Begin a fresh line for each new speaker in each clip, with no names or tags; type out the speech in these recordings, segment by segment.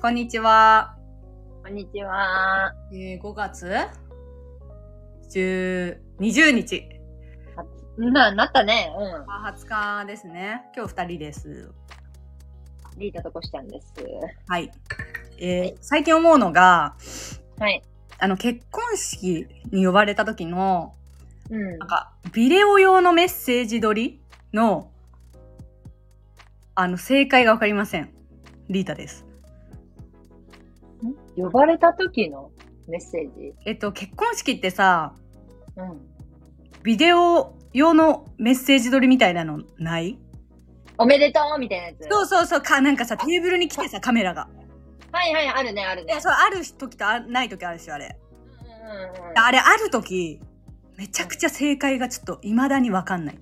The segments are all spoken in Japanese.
こんにちは。
こんにちは。
えー、5月10 20日。
な、なったね。う
あ20日ですね。今日2人です。
ん。リータとこしちゃんです。
はい。
は
えー
い
最近思うのが、
はい。
あの、結婚式に呼ばれた時の、
うん。
なんか、ビデオ用のメッセージ撮りの、あの、正解がわかりません。リータです。
呼ばれた時のメッセージ。
えっと、結婚式ってさ、
うん。
ビデオ用のメッセージ撮りみたいなのない
おめでとうみたいなやつ。
そうそうそう、か、なんかさ、テーブルに来てさ、カメラが。
はいはい、あるね、ある
いや、
ね。
そう、ある時とあない時あるでしょ、あれ。
うんうんうん。
あれ、ある時、めちゃくちゃ正解がちょっと未だにわかんない。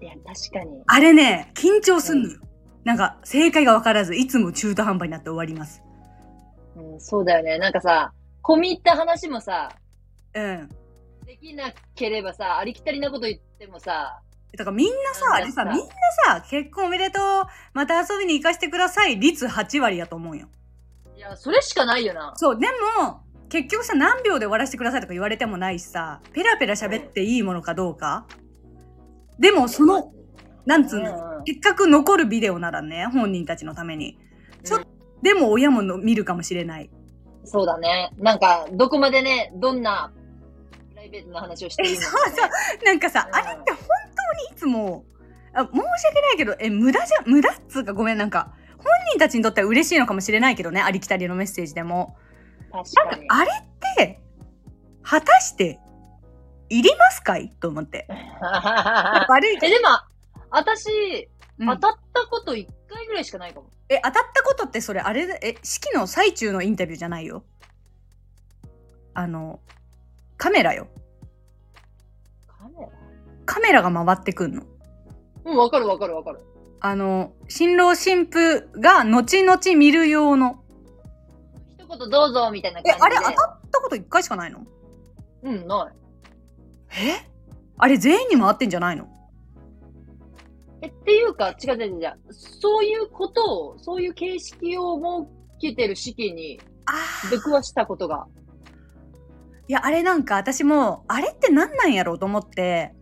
いや、確かに。
あれね、緊張すんのよ。なんか、正解がわからず、いつも中途半端になって終わります。
うん、そうだよね。なんかさ、込み入った話もさ、
うん。
できなければさ、ありきたりなこと言ってもさ、
だからみんな
うん
さ、あれさ、
や
み
っ
ん
た
なさ、結婚おめでとう、また遊びに行かせてください、率8割やと思うよ。
いや、それしかないよな。
そう、でも、結局さ、何秒で終わらせてくださいとか言われてもないしさ、ペラペラ喋っていいものかどうか。でも、その、、なんつうの、
うんうん
せっかく残るビデオならね、本人たちのために。ちょでも、親もの見るかもしれない。
そうだね。なんか、どこまでね、どんな、プライベートな話をしていいのか、ね。
そうなんかさ、
うん
あれって本当にいつも、あ申し訳ないけど、え、無駄じゃ、無駄っつうか、ごめん、なんか、本人たちにとっては嬉しいのかもしれないけどね、ありきたりのメッセージでも。なん
確
か
かに、。
あれって、果たして、いりますかいと思って。 悪いけ
え、
ど、
でも、私、
うん
当たったこと1回ぐらいしかないかも。
え、当たったことってそれ、あれだ、え、式の最中のインタビューじゃないよ。あの、カメラよ。
カメラ
カメラが回ってくんの。
うん、わかるわかるわかる。
あの、新郎新婦が後々見る用の。
一言どうぞ、みたいな
え、
感じで。
あれ当たったこと一回しかないの
うん、ない。
えあれ全員に回ってんじゃないの
え、っていうか、違う違う違う。そういうことを、そういう形式を設けてる式に
あ
出くわしたことが。
いや、あれなんか私も、あれって何なんやろうと思って、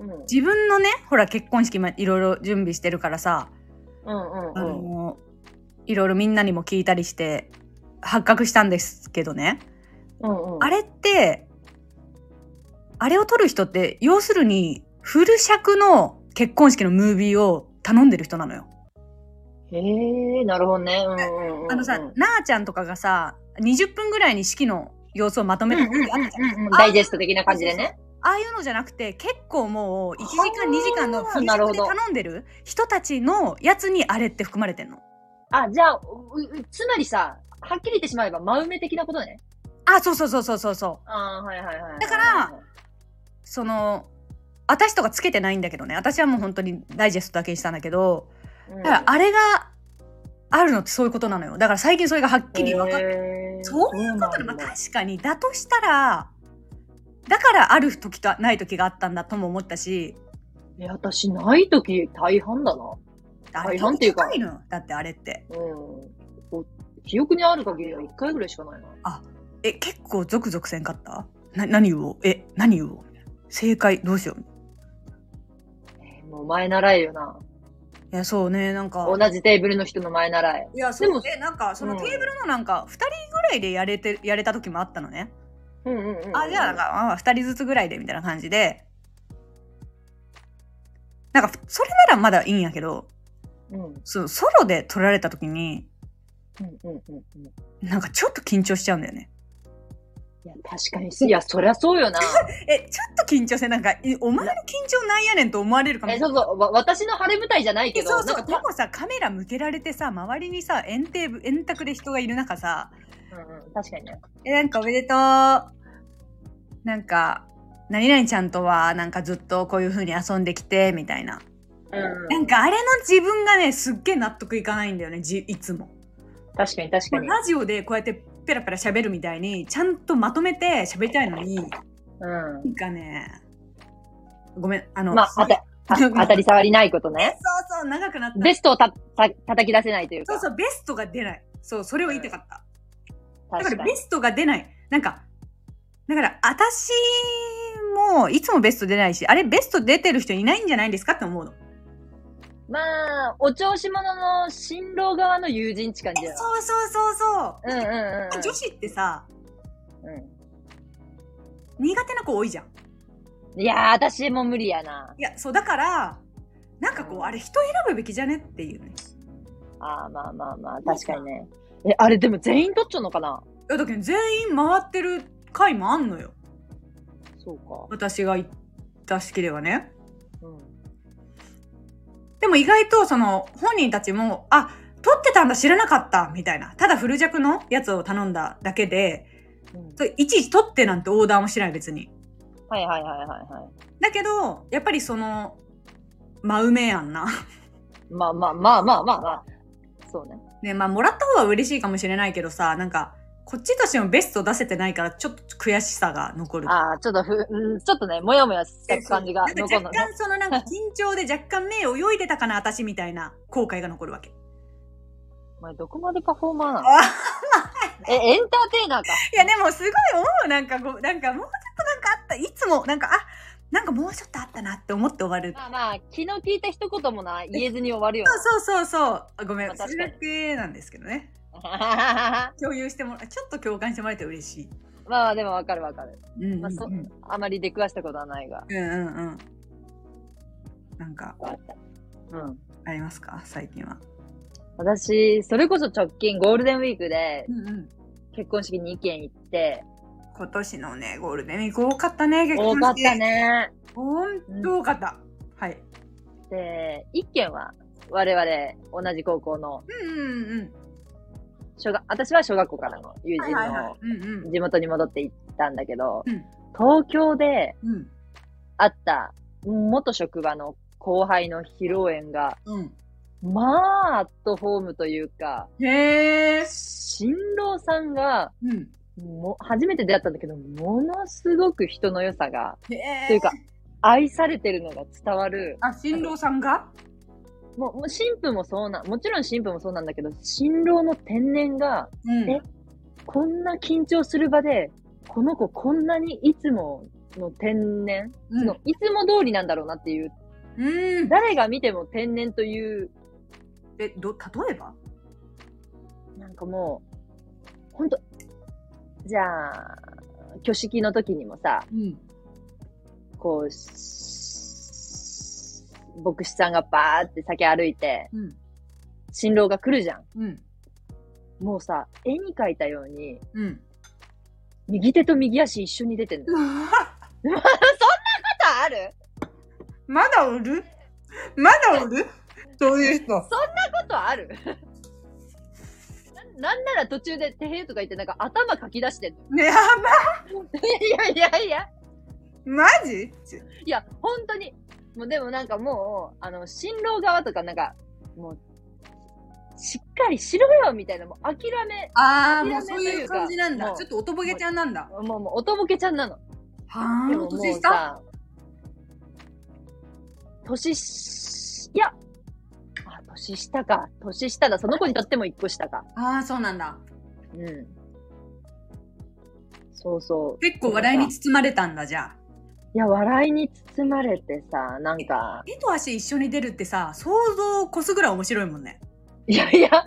うん。うん
自分のね、ほら結婚式まいろいろ準備してるからさ、
うん
あ
うん。
の、いろいろみんなにも聞いたりして、発覚したんですけどね。
うんうん、
あれって、あれを撮る人って、要するに、フル尺の結婚式のムービーを頼んでる人なのよ。
へえ、なるほどね。うんうんうん。
あのさ、
うんうん
なあちゃんとかがさ、20分ぐらいに式の様子をまとめた時あったじゃん。
うんうんダイジェスト的な感じでね。
ああいうのじゃなくて、結構もう1時間2時間のフル
なる
尺
ほ
で
ど
頼んでる人たちのやつにあれって含まれてんの。
あ、じゃあ、ううつまりさ、はっきり言ってしまえば真埋め的なことね。
あ、そうそうそうそうそうそう。
あーはいはいはい。
だから、その、私とかつけてないんだけどね。私はもう本当にダイジェストだけにしたんだけど、
うん
だからあれがあるのってそういうことなのよ。だから最近それがはっきり分かっ
へー
そういうことで、ま
な
あ
んだ
確かに、だとしたら、だからある時とない時があったんだとも思ったし、
え、私、ないとき大半だな。
あれ
大半っていうか
高いのよだってあれって。
うん。お記憶にある限りは一回ぐらいしかないな。
え、結構ゾクゾクせんかったな、何をえ、何を正解どうしよう
えーもう前習えよな。
いや、そうね、なんか。
同じテーブルの人の前習え。
いや、
で
そう
も
ね、なんか、その
うん
テーブルのなんか、二人ぐらいでやれて、やれた時もあったのね。
うんうんうんうん。
あ、じゃあなんか、あ二人ずつぐらいで、みたいな感じで。なんか、それならまだいいんやけど、
うん。うん
そのソロで撮られた時に、
うんうんうん。い
なんかちょっと緊張しちゃうんだよね。
や、確かに。いや、そりゃそうよな。
え、ちょっと緊張せん、なんか、えお前の緊張なんやねんと思われるかも
え、
しれない。
そうそう。わ私の晴れ舞台じゃないけ
え
ど。
そうそう
なん
で
か
もさカメラ向けられてさ周りにさ円テーブ円卓で人がいる中さ
たうんうん。確かにね。
えなんかおめでとうなんか何々ちゃんとはなんかずっとこういう風に遊んできてみたいな、
うん。
なんかあれの自分がねすっげえ納得いかないんだよねじいつも
確かに確かに。
ラジオでこうやってペラペラ喋るみたいにちゃんとまとめて喋りたいのにな
うん。
んかねごめんあの
まあ、あた、 あ当たり障りないこと
え
ね。
そうそう長くなった
ベストをた、た、叩き出せないというか。
そうそうベストが出ないそう、それを言いたかった。だか
確からに
ベ。ストが出ない。なんか、だから私もいつもベスト出ないし、あれベスト出てる人いないんじゃないですかって思うの。
まあ、お調子者の新郎側の友人って感じだよ。
そうそうそうそう。
うんうんうん
女子ってさ、
うん。
苦手な子多いじゃん。
うん。いやー、私も無理やな。
いや、そうだから、なんかこう、あれ人選ぶべきじゃねっていうね。
あー、まあまあまあ、確かにね。え、あれでも全員取っちゃうのかない
や、だけど全員回ってる回もあんのよ。
そうか。
私が行った式ではね。
うん。
でも意外とその本人たちも、あ、撮ってたんだ知らなかったみたいな。ただ古弱のやつを頼んだだけで、
うん
そういちいち撮ってなんてオーダーもしてない別に。
はいはいはいはいは
だけど、やっぱりその、真埋めやんな。
い。まあまあまあまあまあまあ。そうね。
ね、まあもらった方は嬉しいかもしれないけどさ、なんか、こっちとしてもベスト出せてないから、ちょっと悔しさが残る。
ああ、ちょっとふ、うんちょっとね、もやもやした感じが
なんか
残るの
若
ね。
干そのなんか緊張で若干目泳いでたかな、私みたいな後悔が残るわけ。
お前どこまでパフォーマーなの
あ
え、エンターテイナーか。
いやでもすごい思うなんかこうなんかもうちょっとなんかあったいつもなんかあなんかもうちょっとあったなって思って終わる
まあまあ、昨日聞いた一言もな、言えずに終わるよな。
そうそうそうそうあごめ
ま
ん
あ
そ
確
れ
かに
だけなんですけどね
ま
共有してもらちょっと共感してもらえて嬉しい
あまあ、でもわかるわかる。
うんうん
まあそう
うんうん
あまり出くわしたことはないが。
うんうんなんか
うん。
ありますか最近は
私、それこそ直近ゴールデンウィークで
うんうん
結婚式に2軒行って、
今年のねゴールデンウィーク多かったね結
多
婚式
かったね。
ほんと多かった、はい
で、1軒は我々同じ高校の
うんうんうん
小学、私は小学校からの
はい
友人
はいは
の
いうんうん
地元に戻って行ったんだけど、
うん
東京で
うん
会った元職場の後輩の披露宴が、
う
まあ、アットホームというか、
んへえ
新郎さんが、
うん
もう、初めて出会ったんだけど、ものすごく人の良さが、
へえ
というか、愛されてるのが伝わる。
あ、新郎さんが
もう、もう新婦もそうな、もちろん新婦もそうなんだけど、新郎の天然が、
うん
えこんな緊張する場で、この子こんなにいつもの天然
うん
の、いつも通りなんだろうなっていう、
うん。
誰が見ても天然という、
え、ど、例えば
なんかもう、ほんと、じゃあ、挙式の時にもさ、
うん。
こう、し牧師さんがバーって先歩いて、
うん。
新郎が来るじゃん。
うん。
もうさ、絵に描いたように、
うん。
右手と右足一緒に出てんの。まだある
まだおるまだおるそういう人。
ことある ななんなら途中で、てへーとか言って、なんか頭かき出してんの。
ね、や
いやいやいや。
ば、マジ
いや、本当に。もうでもなんかもう、あの、新郎側とかなんか、もう、しっかりしろよみたいな、もう諦め、
ああ、
諦め
もうそういう感じなん
も
だ。
う
ちょっとおとぼけちゃんなんだ。
もう、もう、おとぼけちゃんなの。
は
で
ーん。
も
年
もう
下
さ、年し、いや、あ、年下か。年下だ。その子にとっても一個下か。
ああ、そうなんだ。
うん。そうそう。
結構笑いに包まれたんだ、じゃあ。
いや、笑いに包まれてさ、なんか、
手と足一緒に出るってさ、想像を超すぐらい面白いもんね。
いやいや、
あ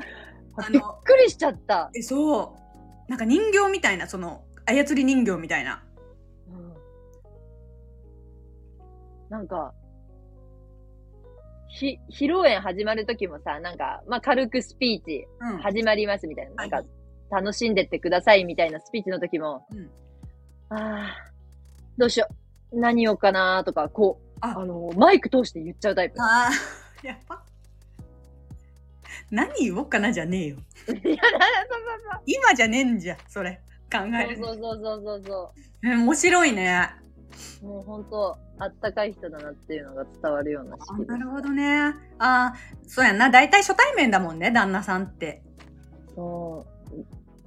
びっ
の、
くりしちゃった。
え、そう。なんか人形みたいな、その、操り人形みたいな。
うんなんか、ひ、披露宴始まる時もさ、なんか、まあ、軽くスピーチ、
うん。
始まりますみたいな、なん
は
か
い、
楽しんでってくださいみたいなスピーチの時も、
うん
ああ、どうしよう、何をかなとか、こう、
あ
あの、マイク通して言っちゃうタイプ。
ああ、 やば。何言おうかなじゃねえよ。
いや、
今じゃねえんじゃ、それ。考える。
そうそうそうそうそう
ね面白いね。あ
そう。もう本当あったかい人だなっていうのが伝わるような式
なるほどね。ああ、そうやんな。大体初対面だもんね、旦那さんって。
そ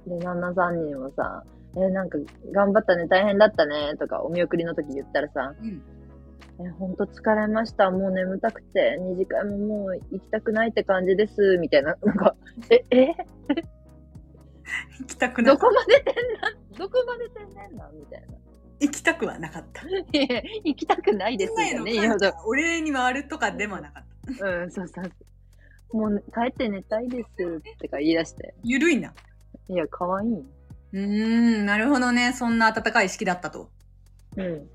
う。で、旦那さんにもさ、えなんか、頑張ったね、大変だったね、とか、お見送りの時言ったらさ、
うん。
え、ほんと疲れました。もう眠たく て、二次会ももう行きたくないって感じです。みたいな。なんか、え、え
行きたくな
ど
かっ
こまで天然どこまで天然なんみたいな。
た行きたくはなかった。
いや行きたくないです
前
よ
の
ね。いやだ
お礼に回るとかでもなかった。
うん、そうそう。もう帰って寝たいですってか言い出して。
ゆるいな。
いや、可愛い。
うーん、なるほどね。そんな温かい式だったと。
うん。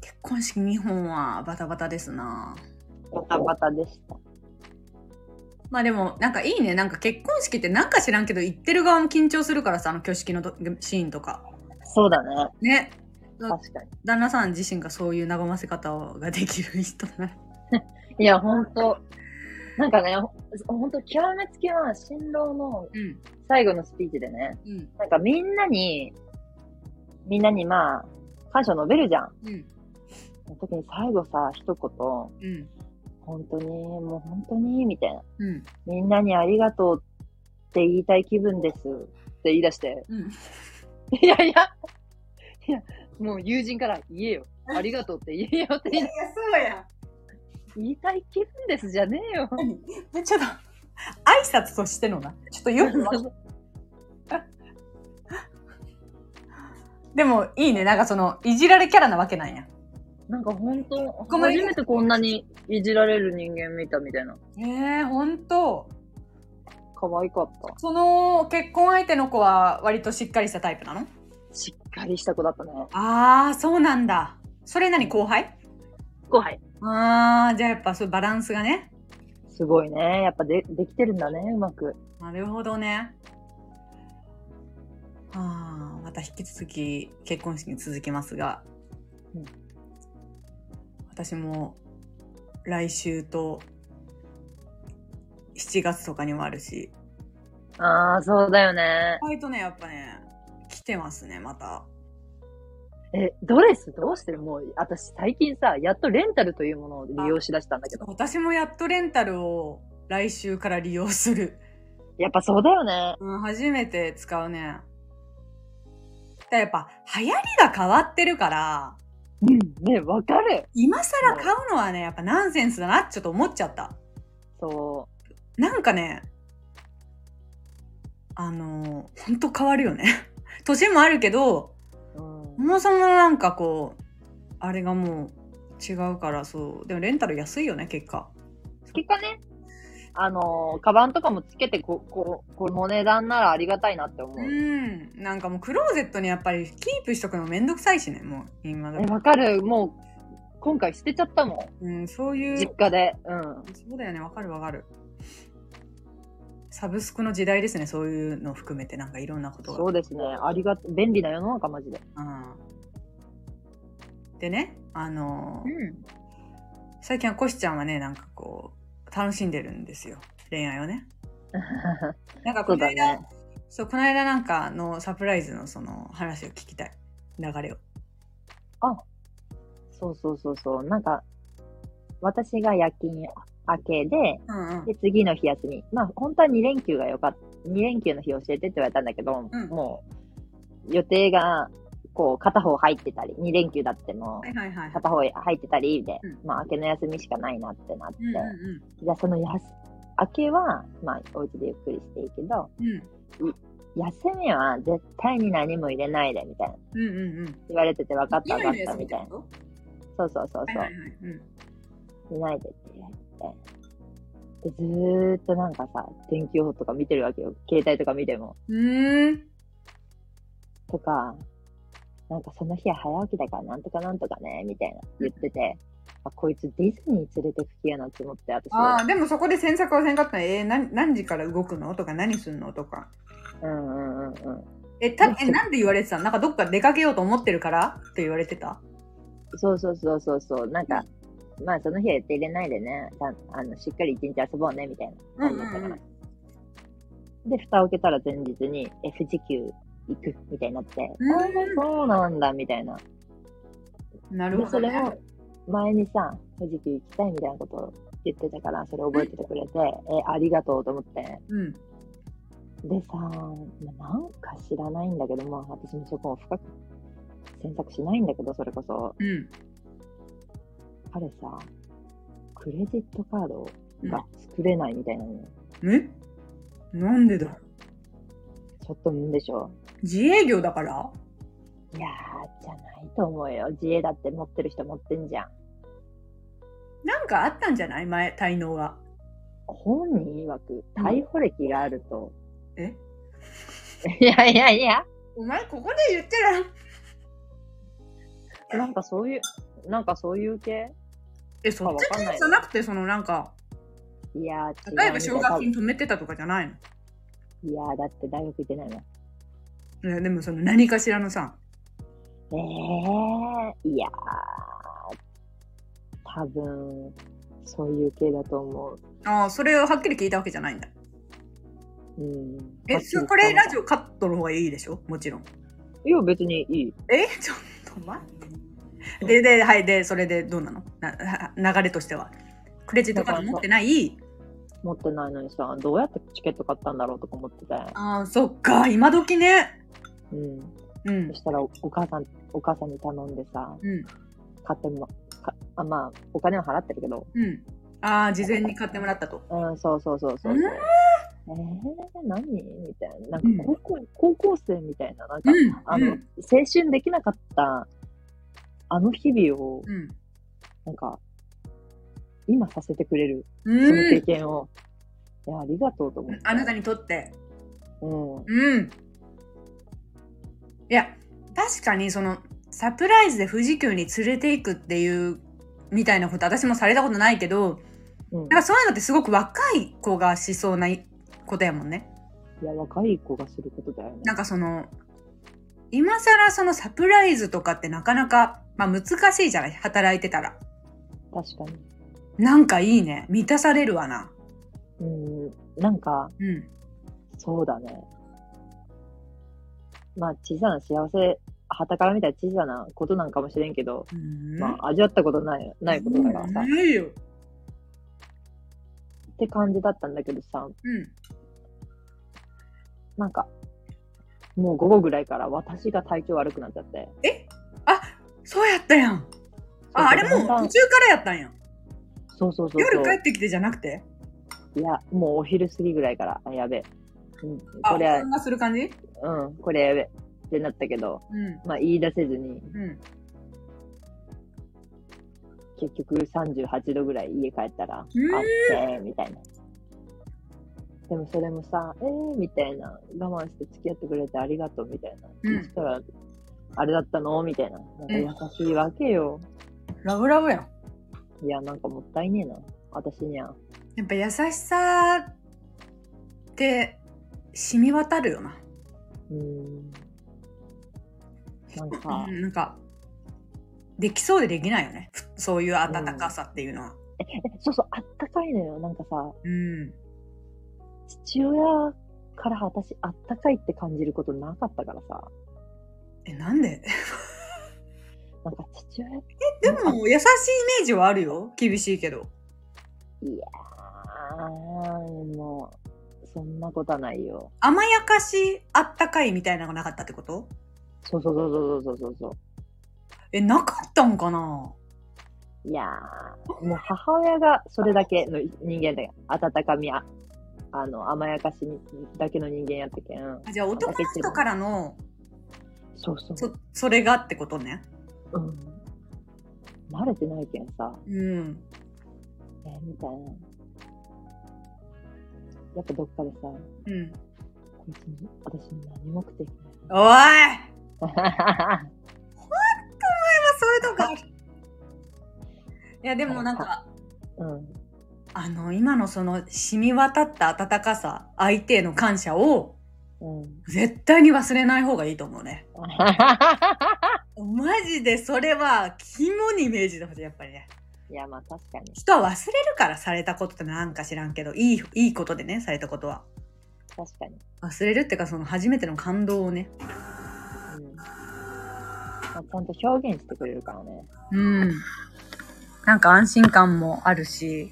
結婚式日本はバタバタですな。
バタバタでした。
まあでも、なんかいいね。なんか結婚式ってなんか知らんけど、行ってる側も緊張するからさ、あの挙式のとシーンとか。
そうだね。
ね。
確かに。
旦那さん自身がそういう和ませ方ができる人なら。
いや、ほんと。なんかね、ほほんと極めつきは、新郎の
うん。
最後のスピーチでね、
うん。
なんかみんなに、みんなにまあ、感謝述べるじゃん。
うん。
その時に最後さ、一言、
うん。
本当に、もう本当に、みたいな。
うん。
みんなにありがとうって言いたい気分ですって言い出して、
うん。
いやいや、いや、もう友人から言えよ。ありがとうって言えよって言い
そうや。
言いたい気分ですじゃねえよ。
ちょっと、挨拶としてのな。ちょっとよくわかんない。でも、いいね。なんかその、いじられキャラなわけなんや。
なんか本当、
ご
初
めん
めてこんなにいじられる人間見たみたいな。
ええほんと。
可愛かった。
その、結婚相手の子は割としっかりしたタイプなの
しっかりした子だったね。
ああ、そうなんだ。それ何後輩
後輩。
ああ、じゃあやっぱそういうバランスがね。
すごいね。やっぱで、できてるんだね、うまく。
なるほどね。ああ、また引き続き結婚式に続きますが、
うん
私も来週と7月とかにもあるし、
ああ、そうだよね。
意外とね、やっぱね、来てますね、また。
え、ドレスどうしてるもう、私最近さ、やっとレンタルというものを利用しだしたんだけど。
私もやっとレンタルを来週から利用する。
やっぱそうだよね。
うん、初めて使うね。だからやっぱ流行りが変わってるから、
うん。ね、わかる。
今更買うのはね、やっぱナンセンスだなってちょっと思っちゃった。
そ
なんかね、あのー、ほんと変わるよね。 年もあるけど、
う。う
そ。
ん
もそもなんかこう、あれがもう違うから、そう。でもレンタル安いよね、結果。
結果ね、あのー、カバンとかもつけてこ、こ、この値段ならありがたいなって思う。
うん。なんかもうクローゼットにやっぱりキープしとくのめんどくさいしね、もう。今だ
え、わかる。もう、今回捨てちゃったも
うん、そうい
ん。
う。
実家で。うん。
そうだよね、わかるわかる。サブスクの時代ですね、そういうの含めて、なんかいろんなことが。
そうですね。ありが、便利な世の中、マジで。
うんでね、あのー
ん。
最近はコシちゃんはね、なんかこう、楽しんでるんですよ。恋愛を ね。なんか
そ
こ
う
の
だ
間、そう,、
ね。
この間なんかのサプライズのその話を聞きたい。流れを。
そうそうそうそう。なんか、私が夜勤明けで、
うんうん。
で、次の日休み。まあ、本当は2連休がよかった。2連休の日教えてって言われたんだけど、
うん
もう、予定が、こう、片方入ってたり、2連休だっても
は、いはいはい。
片方入ってたりで、
うん
まあ、明けの休みしかないなってなって、
うん
じゃあそのやす明けは、まあ、お家でゆっくりしていいけど、
うんうん。
休みは絶対に何も入れないで、みたいな。
うんうんうんうん。
言われてて分かった分かっ
や
た、
つ
みたいな
って。こ
そうそうそう
とは
そう。
いはいはい。うん
見ないでって言われて。で、ずーっとなんかさ、天気予報とか見てるわけよ。携帯とか見ても。
うーん。
とか、なんかその日は早起きだからなんとかなんとかね、みたいな言ってて、あ、こいつディズニー連れてく気やなって思って、私
ああ、でもそこで詮索はせんかったら、えー、何何時から動くのとか何すんのとか。
うんうんうんうん。
え、た、え、なんで言われてたのなんかどっか出かけようと思ってるからって言われてた
そうそうそうそうそう。なんか、まあその日は言って入れないでね、ちゃんあのしっかり一日遊ぼうね、みたいな感じだったから。
うんうん
で、蓋を開けたら前日に、え、富士急行く、みたいになって、
うん
ああ、そうなんだ、みたいな。
なる
で、
ほ
そ
ど、
れ
ね。
を前にさ、富士急行きたいみたいなことを言ってたから、それ覚えててくれて、え、ありがとうと思って。
うん。
でさ、まあなんか知らないんだけど、まあ私もそこを深く選択しないんだけど、それこそ、
うん。
彼さ、クレジットカードが作れないみたいなのよ。
えなんでだ
ちょっとなんでしょ
自営業だから
う。いやー、じゃないと思うよ。自衛だって持ってる人持ってんじゃん。
なんかあったんじゃない前、滞納が。
本人曰く、
うん
逮捕歴があると。
え
いやいやいや。
お前、ここで言ってらん。
なんかそういう、なんかそういう系
え、そっち
わかんない
系じゃなくて、そのなんか、
いやー、違う。
例えば奨学金止めてたとかじゃないの
いやー、だって大学行ってないもん。
いやでもその何かしらのさ、
ええいやー、多分、そういう系だと思
ああ、それをはっきり聞いたわけじゃないんだ。
う。うん。
え、
はっきり
そ
言った
これラジ
の
オカットの方がいいでしょもちろん。
いや、別にいい。
え、ちょっと待って。で、で、はい、で、それでどうなのなは流れとしては。クレジットカード持ってない
持ってないのにさ、どうやってチケット買ったんだろうとか思ってたよ。
ああ、そっか、今時ね。
うん。
うん
そ。したらお、お母さん、お母さんに頼んでさ、
うん。
買っても、かあまあ、お金は払ってるけど、
うん。ああ、事前に買ってもらったと。
うん、そうそうそうそうそう。
うん
えー、何みたいな。なんか高校、高校生みたいな、なんか、
うん。
あ
う
の、
ん。
青春できなかった、あの日々を、
うん。
なんか、今させてくれる、その
う
経
ん。
験を。いや、ありがとうと思って。
あなた
に。
にとって。
うん。
うん。いや、確かにその、サプライズで富士急に連れていくっていう、みたいなこと、私もされたことないけど、
うん、
なんかそういうのってすごく若い子がしそうなことやもんね。
いや、若い子がすることだよね。
なんかその、今更そのサプライズとかってなかなか、まあ難しいじゃない働いてたら。
確かに。
なんかいいね。満たされるわな。
うん。なんか、
うん。
そうだね。まあ、小さな幸せ、はたから見たら小さなことなんかもしれんけど、
うん
まあ、味わったことない、ないことだからさ、
う
っ
んないよ。
て感じだったんだけどさ、
うん。
なんか、もう午後ぐらいから私が体調悪くなっちゃって。
そうやったやん。あ、あれもう
だんだ
途
ん
中からやったんやん。
そうそうそうそう。
夜帰ってきてじゃなくて
いや、もうお昼過ぎぐらいから、あ、やべえ。うん、
あ、
これは
そん、なする感じ
うん、これやべえ。ってなったけど、
うん。
まあ言い出せずに、
うん。
結局38度ぐらい家帰ったら、あっ
ーん
てー、みたいな。でもそれもさ、えー、みたいな。我慢して付き合ってくれてありがとう、みたいな。
うん
そしたら、あれだったのみたいな。なんか優しいわけよ。
ラブラブやん。
いや、なんかもったいねえな。私には。
やっぱ優しさって染み渡るよな。
うーん。なんか
う、ん、なんかできそうでできないよねふそういう温かさっていうのは
え、そうそう、あったかいのよ。なんかさ、
うん
父親から私あったかいって感じることなかったからさ
えなんで
なんか父親
でも優しいイメージはあるよ厳しいけど
いやーもうそんなことはないよ
甘やかしあったかいみたいなのがなかったってこと
そうそうそうそうそうそうそ
えなかったんかな
ういやーもう母親がそれだけの人間だよ温かみああの甘やかしだけの人間やったけん
あじゃあ男の人からの
そうそう
そそれがってことね
うん慣れてないけんさ
うん
えーみたいなやっぱどっかでさこ
うん
いつに私に何も食っていけない
おいま
あ
あそういうとこあるいやでもなんか
うん。
あの今のその染み渡った温かさ相手への感謝を
うん。
絶対に忘れない方がいいと思うね。マジでそれは肝に銘じてほしい、やっぱりね。
いや、まあ確かに。
人は忘れるからされたことってなんか知らんけど、いい、いいことでね、されたことは。
確かに。
忘れるっていうか、その初めての感動をね。
うん。まあ、ちゃんと表現してくれるからね。
うん。なんか安心感もあるし、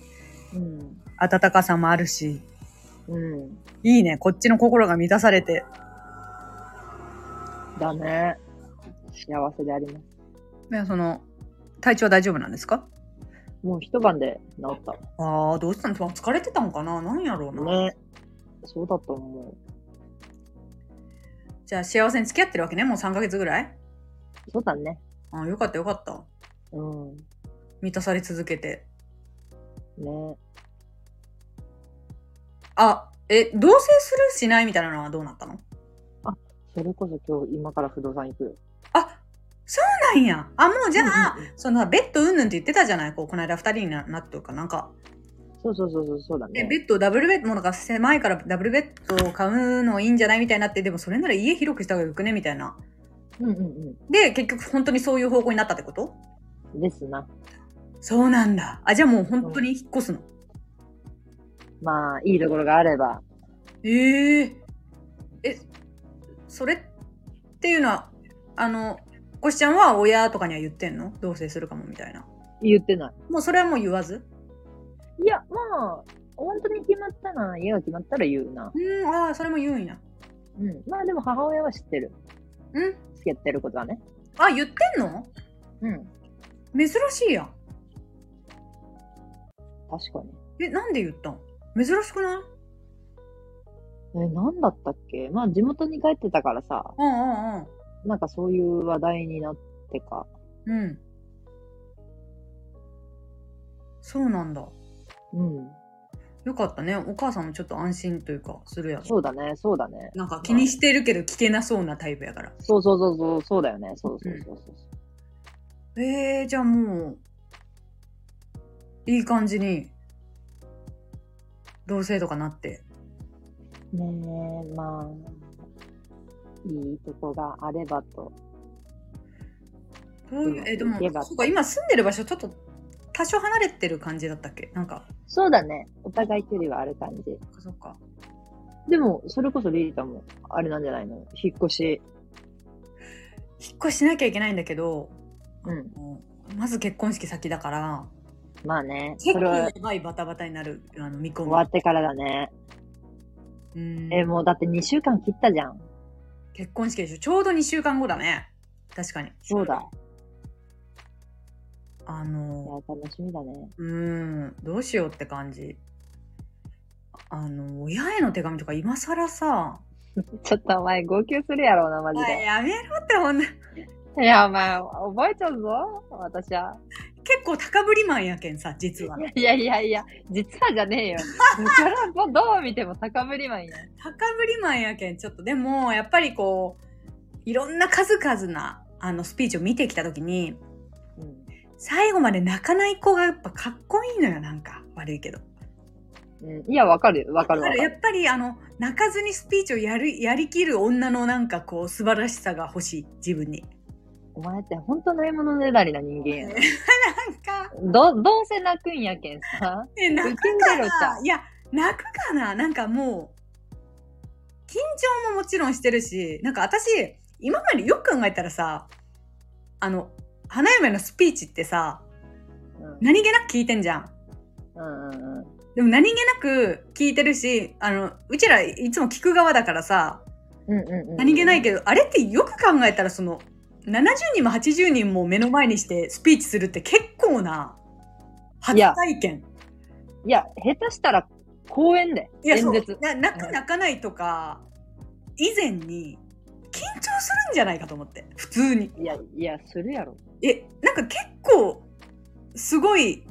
うん。
温かさもあるし、
うん。
いいね、こっちの心が満たされて。
だね。幸せであります。
ね、その、体調は大丈夫なんですか
もう一晩で治った
ああ、どうしたの疲れてたんかな何やろうな。
わ。ね。そうだと思。
じゃあ幸せに付き合ってるわけね、もう3ヶ月ぐらいう
そうだね。
あよかったよかった。
うん。
満たされ続けて。
ね。
あ、え、同棲するしないみたいなのはどうなったの
それこそ今日、今から不動産行くよ。
あ、そうなんや。あ、もうじゃあ、
うんうんうん
そのベッドうんぬんって言ってたじゃないこう、この間二人にななってるかなんか。
そうそうそうそう、そうだ
で、
ね。
ベッド、ダブルベッド、もうなんか狭いからダブルベッドを買うのいいんじゃないみたいになって、でもそれなら家広くした方がよくねみたいな。
うんうん
で、結局本当にそういう方向になったってこと
うん。ですな。
そうなんだ。あ、じゃあもう本当に引っ越すの。
まあ、いいところがあれば。
えええ、それっていうのは、あの、こしちゃんは親とかには言ってんの同棲するかもみたいな。
言ってな
もうそれはもう言わず
い。いや、まあ、本当に決まったな。家が決まったら言うな。
うん、ああ、それも言うんや。
うん。まあでも母親は知ってる。
うん
付き合ってることはね。
あ、言ってんの
うん。
珍しいやん。
確かに。
え、なんで言ったん珍しくない
え、なんだったっけまあ地元に帰ってたからさ、
うんうんうん。
なんかそういう話題になってか。
うん。そうなんだ。
うん。
よかったね。お母さんもちょっと安心というか、するやん。
そうだね、そうだね。
なんか気にしてるけど聞けなそうなタイプやから。
そうそうそうそう、そうだよね。そうそうそうそう。
えー、じゃあもう、いい感じに、同棲とかなって。
ねえ、まあ、いいとこがあればと。
そういうえーでも
いけ、ば
そうか、今住んでる場所ちょっと、多少離れてる感じだったっけなんか、
そうだね。お互い距離はある感じ。
そっかそっか。
でも、それこそリータも、あれなんじゃないの引っ越し。
引っ越ししなきゃいけないんだけど、
うん。
もうまず結婚式先だから、
まあね。
結
そ
構
れは
やばいバタバタになるあの見込
終
み。
わってからだね。
うん
え、もうだって2週間切ったじゃん。
結婚式でしょ。ちょうど2週間後だね。確かに。
そうだ。
あ
いや
の、、
楽しみだね。
うん、どうしようって感じ。あの、親への手紙とか今更さ、
ちょっとお前、号泣するやろうな、マジ
あ
で。
やめろってほんな
はい、いや、お前、覚えちゃうぞ、私は。
結構高ぶりマンやけんさ、実は。
いやいやいや、実はじゃねえよ。それはもうどう見ても高ぶりマンや。
高ぶりマンやけん、ちょっと。でも、やっぱりこう、いろんな数々な、あの、スピーチを見てきたときに、
うん。
最後まで泣かない子がやっぱかっこいいのよなんか悪いけど
うん、いや、わかる、わかるわか
や
る。
っぱりあの泣かずにスピーチをやるやりきる女のなんかこう素晴らしさが欲しい自分に
お前って本当ないものねだりな人間やな。
なんか
ど、どうせ泣くんやけんさ。
え泣く
受け
か
入れろちゃ
ないや泣くかななんかもう緊張ももちろんしてるしなんか私今までよく考えたらさあの花嫁のスピーチってさ
うん。
何気なく聞いてんじゃん
うんうんうん。
でも何気なく聞いてるしあのうちらいつも聞く側だからさ
うんうんうん。
何気ない
ど。
けどあれってよく考えたらその70人も80人も目の前にしてスピーチするって結構ない初
いや
体験
いや、下手したら公演で。
いや
演
そう
説。
な泣
う
く
ん
泣かないとか以前に緊張するんじゃないかと思って普通に
いや、いや、するやろ。
えなんか結構すごい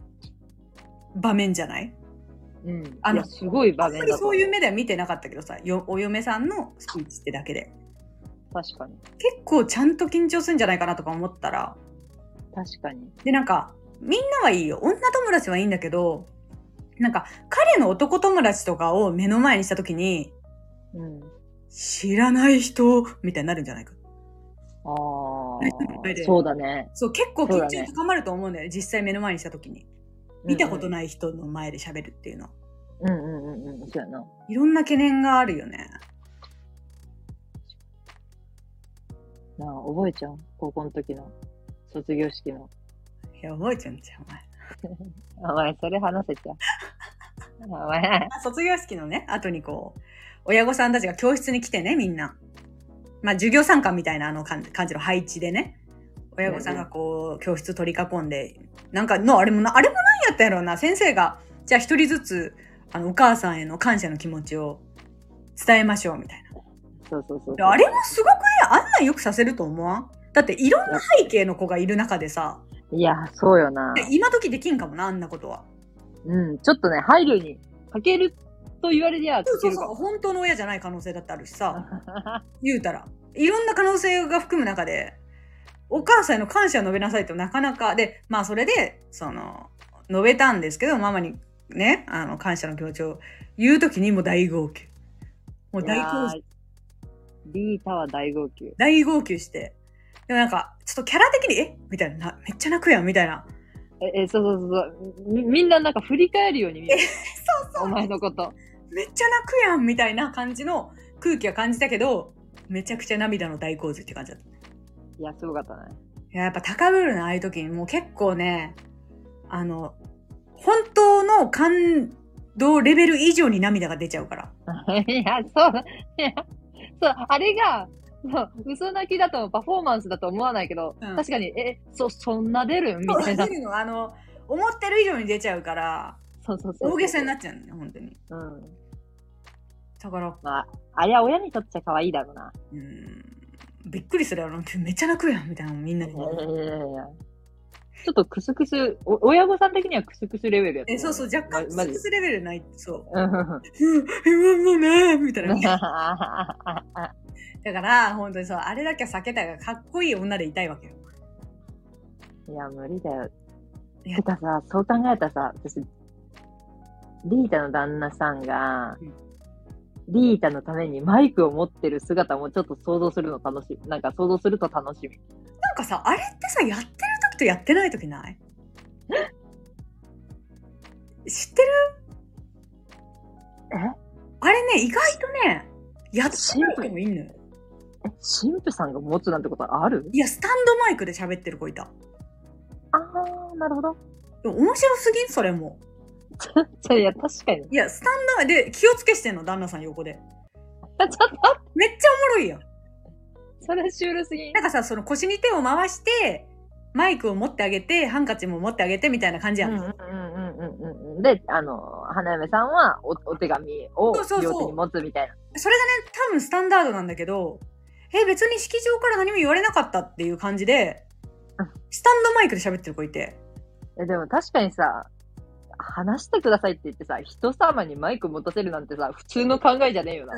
場面じゃない
うん。
あ
あ
の
の、すごい
あ
場
ん
面
ま
だ
り
と思
そういう目では見てなかったけどさよお嫁さんのスピーチってだけで
確かに。
結構ちゃんと緊張するんじゃないかなとか思ったら
確かに。
でなんかみんなはいいよ女友達はいいんだけどなんか彼の男友達とかを目の前にした時に
うん。
知らない人みたいになるんじゃないか
ああ
泣いてもいっ ぱいで、
そうだね。
そう結構
そう
緊
だ
張
ね
高まると思うんだよ実際目の前にした時に見たこと
い。
ない人の前で喋るっていうのは
うんうんうんうん、そうやな。
いろんな懸念があるよね
なあ、覚えちゃう高校の時の卒業式の。
いや覚えちゃうんじゃんお前
お前、それ話 せちゃう。お前、
あ卒業式のね後にこう親御さんたちが教室に来てねみんなまあ授業参観みたいなあの感じ感じの配置でね親御さんがこう教室取り囲んでなんかのあれもなあれもなんやったやろうな先生がじゃあ一人ずつあのお母さんへの感謝の気持ちを伝えましょうみたいな。
そうそうそう
であれもすごくね、あんなんよくさせると思わんだっていろんな背景の子がいる中でさ、
いや、そうよな。
で今時できんかもな、あんなことは。
うん、ちょっとね、配慮にかけると言われりゃか
そう
け
そう
るか
そう、
も。
本当の親じゃない可能性だってあるし さ、言うたら。いろんな可能性が含む中で、お母さんへの感謝を述べなさいとなかなか、で、まあそれで、その、述べたんですけど、ママにね、あの、感謝の気持ちを言うときにもう大号泣。もう大号
いやーリータは大号泣。
大号泣して。でもなんか、ちょっとキャラ的に、えみたいなな、めっちゃ泣くやん、みたいな。
え、え、そうそうそうそう。み、みんななんか振り返るように見える。そうそう。お前のこと。
めっちゃ泣くやん、みたいな感じの空気は感じたけど、めちゃくちゃ涙の大洪水って感じだった。
いや、すごかったね。
いややっぱ高ぶるのああいう時にもう結構ね、あの、本当の感動レベル以上に涙が出ちゃうから。
いや、そう、いや、そう、あれが、そう、嘘泣きだとパフォーマンスだと思わないけど、
うん
確かに、え、そ、そんな出るみたいな。
出るのあの、思ってる以上に出ちゃうから、
そうそうそう。
大げさにな
っ
っちゃうんだよ、本当に。
うん。
だから、
まあ、あれは親にとっちゃ可愛いだろうな。
うーん、びっくりするやろな。めっちゃ泣くやん、みたいな、みんないで
や。いやいやいや。ちょっとクスクス、お親御さん的にはクスクスレベルやった
え、そうそう、若干、
ま、マジ
スレベルない、そう。
うん。
う ん、うん、うん、ねみたいな。
い
だから、本当にそう、あれだけは避けたいが、かっこいい女でいたいわけよ。
や、無理だよ
い。や
てかさ、そう考えたらさ、私、リータの旦那さんが
うん、
リータのためにマイクを持ってる姿もちょっと想像するの楽しみ。なんか想像すると楽しみ。
なんかさ、あれってさ、やってる時とやってない時ない知ってる
え
あれね、意外とね、やってない人もいんのよ。
え、神父さんが持つなんてことある
いや、スタンドマイクで喋ってる子いた。
あー、なるほど。
でも面白すぎんそれも。
ちょちょ、 いや、確かに。
いや、スタンドマイクで気をつけしてんの、旦那さん横で。
ちょっと、
めっちゃおもろいやん。
それシュールすぎん
なん。かさ、その腰に手を回して、マイクを持ってあげて、ハンカチも持ってあげてみたいな感じやん。
うんうんうんうんうんうん。で、あの、花嫁さんはおお手紙を
そうそうそう
両手に持つみたいな。
それがね、多分スタンダードなんだけど、え、別に式場から何も言われなかったっていう感じで
うん、
スタンドマイクで喋ってる子いて。
えでも確かにさ、話してくださいって言ってさ、人様にマイク持たせるなんてさ、普通の考えじゃねえよな。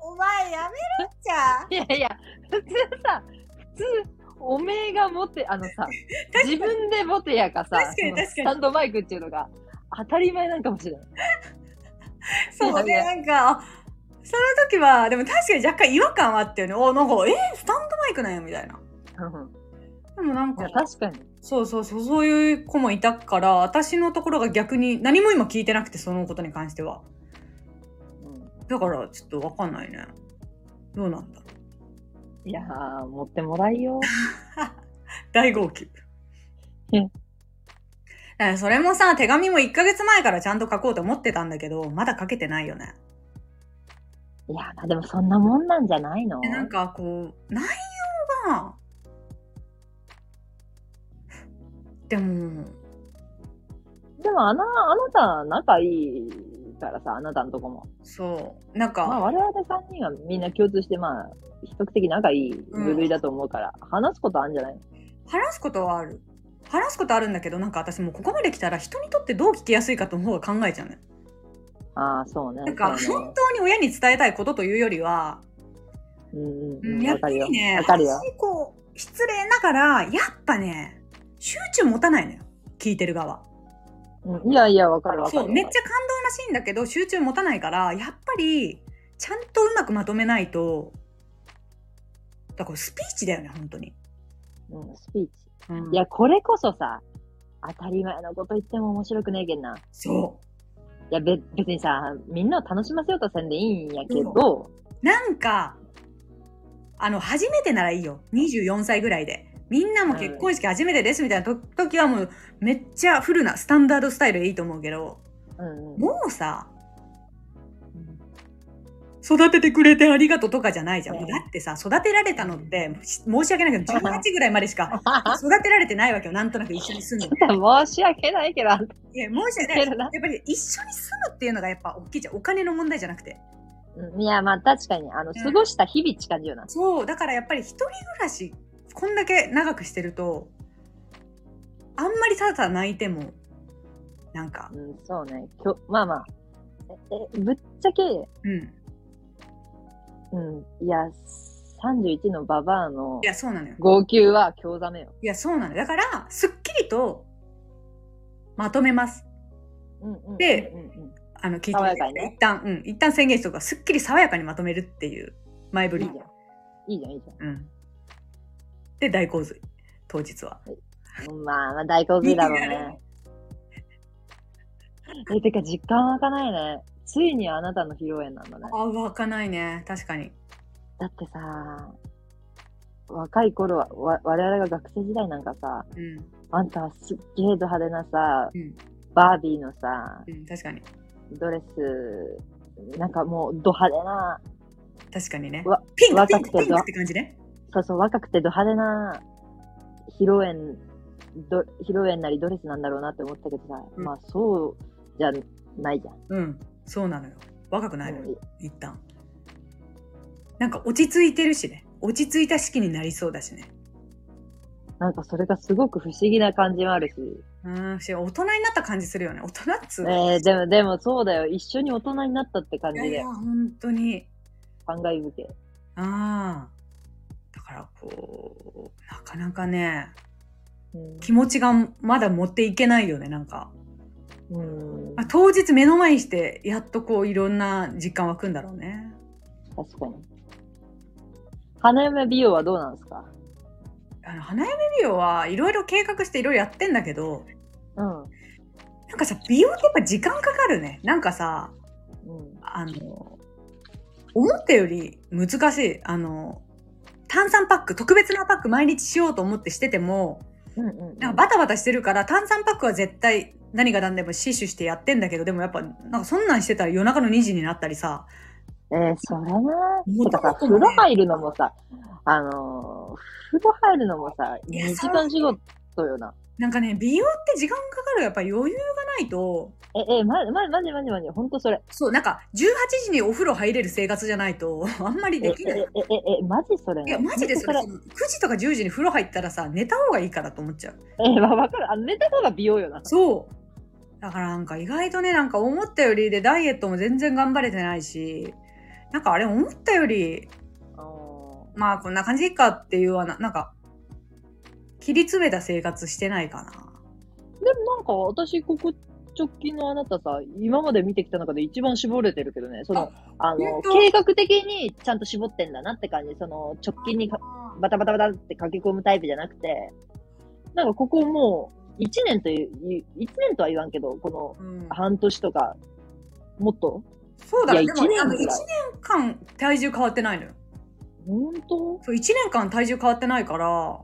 お前やめろっちゃ。
いやいや、普通さ、普通、おめえが持って、あのさ、自分で持てやかさ、
確かに確かに
そのスタンドマイクっていうのが当たり前なんかもしれない。
そうね、なんか、あその時は、でも確かに若干違和感はあったよね。お、なんか、え、スタンドマイクなんや、みたいな。
うん
でもなん
い
か
や、確かに。
そうそうそう、そういう子もいたから、私のところが逆に何も今聞いてなくて、そのことに関しては。
う
だから、ちょっとわかんないね。どうなんだろ
ん、いやー、持ってもらいよ。
う。大号泣。
うん
だからそれもさ、手紙も1ヶ月前からちゃんと書こうと思ってたんだけど、まだ書けてないよね。
いやー、でもそんなもんなんじゃないの
でなんかこう内容がでも
でもあな、あなた仲いいからさ、あなたのとこも。
そうなん
まあ
か
我々3人はみんな共通して、まあ、比較的仲いい部類だと思うから、話すことあるんじゃない
話すことはある話すことあるんだけどなんか私もうここまで来たら人にとってどう聞きやすいかと思う方が考えちゃうね
ああ、そうね。
なんか
そうね
本当に親に伝えたいことというよりは、
うんう
うんん
うん。
やっ
わか
ぱ
るよ
りね。
わかるよ。
私こう失礼ながらやっぱね集中持たないのよ聞いてる側
うんいやいや、わかるわかる。
そうめっちゃ感動らしいんだけど集中持たないからやっぱりちゃんとうまくまとめないとだからスピーチだよね本当に、
うん、スピーチ。
うん
いや、これこそさ、当たり前のこと言っても面白くねえけんな。い
そ
や、べ、別にさ、みんなを楽しませようとせんでいいんやけど、
うなんかあの初めてならいいよ24歳ぐらいでみんなも結婚式初めてですみたいなと時はもうめっちゃフルなスタンダードスタイルでいいと思うけど
うんうん。
もうさ育ててくれてありがとうとかじゃないじゃん。
ね
だってさ、育てられたのって、し申し訳ないけど、18ぐらいまでしか育てられてないわけよ。なんとなく一緒に住んでて。
申し訳ないけど、あんた
いや、申し訳ない。
言ってるな
やっぱり一緒に住むっていうのがやっぱ大きいじゃん。お金の問題じゃなくて。
うんいや、まあ確かに、あの、
うん
過ごした日々近いよな。
そう、だからやっぱり一人暮らし、こんだけ長くしてると、あんまりただただ泣いても、なんか
う、ん、そうね。きょまあまあ。え、えぶっちゃけ、
うん。
うん、いや、31のババアの
いや、そうなのよ。
号泣は興ざめよ。
いや、そうなのよ。だから、すっきりと、まとめます。
うんうんうんうんうん、
であの、聞いてみて
爽やかにね
一旦、うん、一旦宣言しとくから、すっきり爽やかにまとめるっていう、前振
いい
り
じ。ゃん。いいじゃん、いいじ
うん。で、大洪水。当日は。
ゃん。まあ、まあ、大洪水だろうね。え、てか、実感湧かないね。ついにあなたの披露宴なんだね。
あ、湧かないね。確かに。
だってさ、若い頃は、わ我々が学生時代なんかさ、
うん。
あんたはすっげえド派手なさ、
うん。
バービーのさ、
うん、確かに。
ドレス、なんかもうド派手な、
確かにね
わ。
ピンク、ピ
若
ン
く
ク、
て
ピンクって感じね。
そうそう、若くてド派手な披露宴、ど披露宴なりドレスなんだろうなって思ったけどさ、
うん
まあそうじゃないじゃん。
うん、そうなのよ。若くないの
う
よ
ん、
一旦。なんか落ち着いてるしね。落ち着いた式になりそうだしね。
なんかそれがすごく不思議な感じもあるし。
うん、し大人になった感じするよね。大人っつ
え
うの
ー、でもでもそうだよ。一緒に大人になったって感
い
じ
やい
で
や、、本当に。
感慨深い。
ああ。だからこう、なかなかね、
うん
気持ちがまだ持っていけないよね、なんか。
うん
まあ、当日目の前にして、やっとこう、いろんな実感湧くんだろうね。
確かに。花嫁美容はどうなんですか
あの、花嫁美容はいろいろ計画していろいろやってんだけど、
うん。
なんかさ、美容ってやっぱ時間かかるね。なんかさ、
うん。
あの、思ったより難しい。あの、炭酸パック、特別なパック毎日しようと思ってしてても、
うんうんうん。
なんかバタバタしてるから、炭酸パックは絶対何が何でも死守してやってんだけど、でもやっぱ、なんかそんなんしてたら夜中の2時になったりさ、
えー、それな
も
ー。
う
てかさ、
どこ
風
もね
呂入るのもさ、あのー、風呂入るのもさ、
いや
2時間仕事よな。
なんかね、美容って時間かかる。やっぱり余裕がないと、
え、え、ま、ま、まじまじまじ、ほんとそれ。
そう、なんか18時にお風呂入れる生活じゃないと、 あんまり
え、え、
で
え
きない。、
え、え、マジそれない
や、マジで
ほん
そ
と
れ、その9時とか10時に風呂入ったらさ、寝た方がいいからと思っちゃう。
え、わ、わかる。あ、寝た方が美容よな。
そう。だからなんか意外とね、なんか思ったよりでダイエットも全然頑張れてないし、なんかあれ思ったより、
う
まあこんな感じかっていうはな、なんか、切り詰めた生活してないかな。
んでもなんか、私、ここ、直近のあなたさ、今まで見てきた中で一番絞れてるけどね、その、あ
本
の、
当
計画的にちゃんと絞ってんだなって感じ、その、直近にかバタバタバタって駆け込むタイプじゃなくて、なんかここもう、1年という、1年とは言わんけど、この、
うん、
半年とか、もっと
そうだね。
い
で
や
も、
一年
あの、1
ぐ
年
らい
間体重変わってないのよ。
本当
そう、1年間体重変わってないから、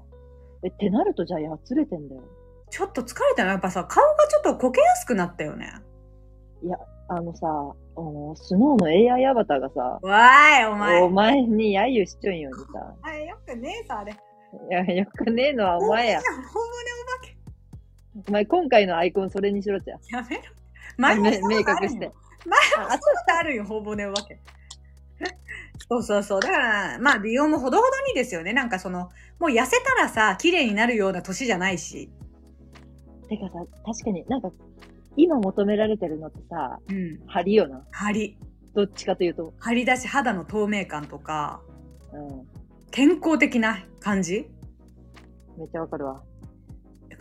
え、ってなるとじゃあ、やつれてんだよ。
ちょっと疲れたな。やっぱさ、顔がちょっとこけやすくなったよね。
あのさ、あの、スノーの AI アバターがさ、
わーい、お前。
お前に揶揄しちょんようにさ、
前よくねえさ、あれ。
いや、よくねえのはお前や。
本物
お前、今回のアイコンそれにしろちゃ。
やめろ。前も
め
したことあ
明確
るも
し
ん
て。
あそういうことあるよ、ほぼねお化け。 そうそうそう。だから、まあ、美容もほどほどにですよね。なんかその、もう痩せたらさ、綺麗になるような年じゃないし。
てかさ、確かになんか、今求められてるのってさ、
うん。
張りよな。
張り。
どっちかというと。
張りだし、肌の透明感とか、
うん。
健康的な感じ
めっちゃわかるわ。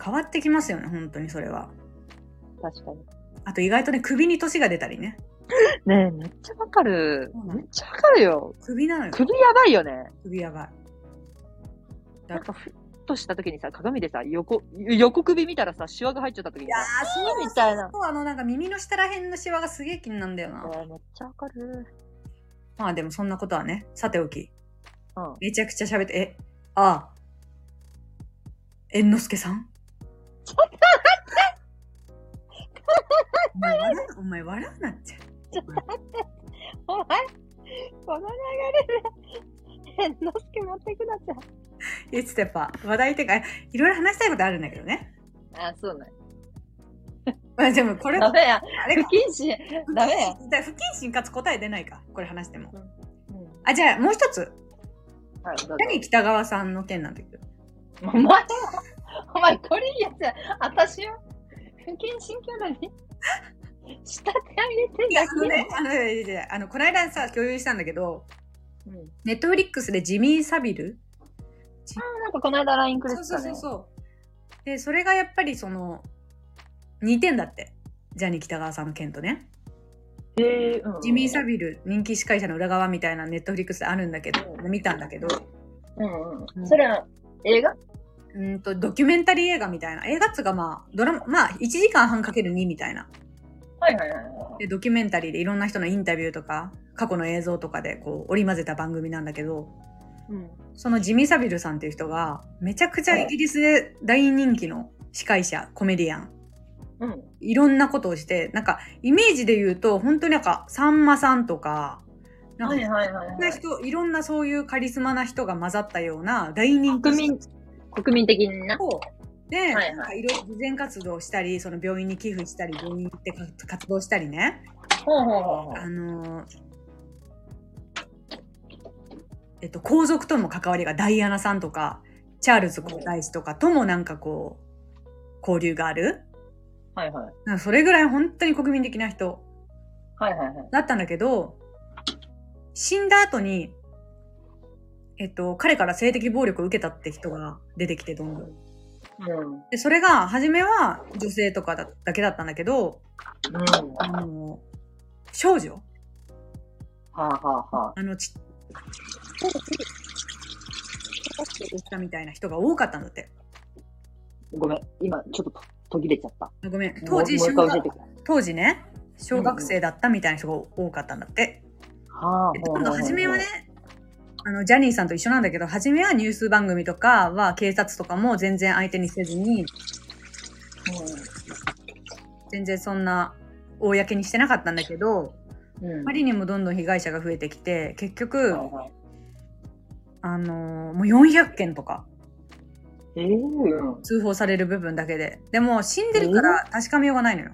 変わってきますよね、本当にそれは。
確かに。
あと意外とね、首に年が出たりね。
ねえ、めっちゃわかる
そうな。の
めっちゃわかるよ。
首なのよ。
首やばいよね。
首やばい。
なんかふっとした時にさ、鏡でさ、横、横首見たらさ、シワが入っちゃった時にさ、
ー
みたいな。
そうあの、なんか耳の下らへんのシワがすげえ気になんだよな。
えーめっちゃわかる。
まあでもそんなことはね、さておき。
うん。
めちゃくちゃ喋って、え、ああ。猿之助さんお前笑うお前笑うなっちゃう。
お前、この流れで、猿之助持ってくなっちゃう。
いつてぱ、話題っていうか、いろいろ話したいことあるんだけどね。
あ、そうなん。
まあでもこれ、
ダ
あ
メや。
れ
不
か。
謹慎。 ダメや。
だ不謹慎かつ答え出ないか。これ話しても。
うん。
あ、じゃあもう一つ。
はい、どうぞ
何北川さんの件なんだけど。
お前、お前、これいいやつや。私は、不謹慎キャラに、仕立て上げてんだ
あのね、あの、いやいやいやあのこの間さ、共有したんだけど、
け。うん。
ネットフリックスでジミー・サビル
あなんかこの間 LINE くれ
そ
て
うそ
た
うそ
ね
う。そう。で、それがやっぱりその、似てんだって。ジャニー北川さんの件とね。
へえ、うん。
ジミー・サビル、人気司会者の裏側みたいなネットフリックスであるんだけど、見たんだけど、
うんう。
うんん
それは、映画
うんと、ドキュメンタリー映画みたいな。映画っつうかまあ、ドラマ、まあ、1時間半かける2みたいな。
はいはいはいはい。
で、ドキュメンタリーでいろんな人のインタビューとか、過去の映像とかでこう、織り交ぜた番組なんだけど、
うん。
そのジミー・サビルさんっていう人が、めちゃくちゃイギリスで大人気の司会者、コメディアン。
うん。
いろんなことをして、なんか、イメージで言うと、本当になんか、さんまさんとか、なんか、
はい
い
はいはい
ろんな
はい。
人、いろんなそういうカリスマな人が混ざったような大人気
国民、国民的な。
を、で、
はいはい
なんかいろいろ慈善活動をしたり、その病院に寄付したり、病院に行って活活動したりね、
ほうほうほうほう。
あのーえっと、皇族とも関わりがダイアナさんとか、チャールズ皇太子とかともなんかこう、交流がある。
はいはい。
なんかそれぐらい本当に国民的な人
はいはいはい。
だったんだけど、死んだ後に、えっと、彼から性的暴力を受けたって人が出てきて、どんどん。
うん。うん。
で、それが、初めは女性とかだだけだったんだけど、あの、少女
はあはあはあ。
あの、ち、たみたいな人が多かったんだって。
ごめん。今、ちょっと途切れちゃった。
ごめん。当時、
もう
小
もう一回教え
学
てくれ。
当時ね、小学生だったみたいな人が多かったんだって。
はあ。
で
ほうほ
今
うほ
度、
う
初めはね、あの、ジャニーさんと一緒なんだけど、初めはニュース番組とかは警察とかも全然相手にせずに、全然そんな公にしてなかったんだけど、
うん。うん
あまりにもどんどん被害者が増えてきて、結局、
はいはい
あのーもう400件とか
ええうん。
通報される部分だけで。でも死んでるから確かめようがないのよ。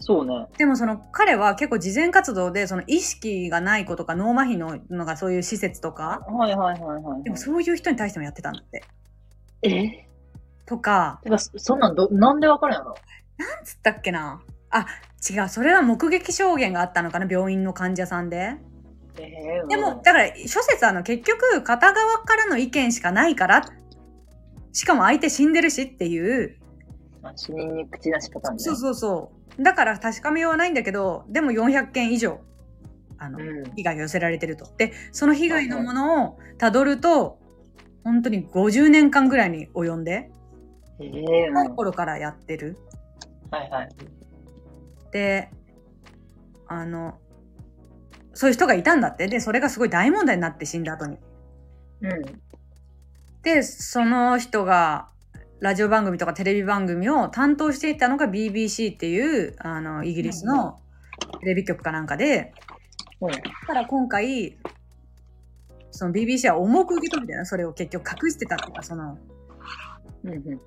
そうね。
でもその彼は結構慈善活動でその意識がない子とか脳麻痺ののがそういう施設とか、
はいはいはいはい。
でもそういう人に対してもやってたんだって。
え
とか、
てか、そそんなんど、なんでわかるんやろ
なんつったっけな。あ、違う。それは目撃証言があったのかな、病院の患者さんで。
ええ
でも、だから、諸説あの、結局、片側からの意見しかないから、しかも相手死んでるしっていう
まあ、死人に口出しパターンね。
そうそうそう。だから確かめようはないんだけど、でも400件以上、あの、
うん。
被害が寄せられてると。で、その被害のものをたどると、本当に50年間ぐらいに及んで、
ええ
若
う
い
ん。
頃からやってる。
はいはい。
で、あの、そういう人がいたんだって。で、それがすごい大問題になって死んだ後に。
うん。
で、その人が、ラジオ番組とかテレビ番組を担当していたのが BBC っていう、あの、イギリスのテレビ局かなんかで、
うん。
だから今回、その BBC は重く受け止めてな、それを結局隠してたとか、その、や
うん。うん。
っ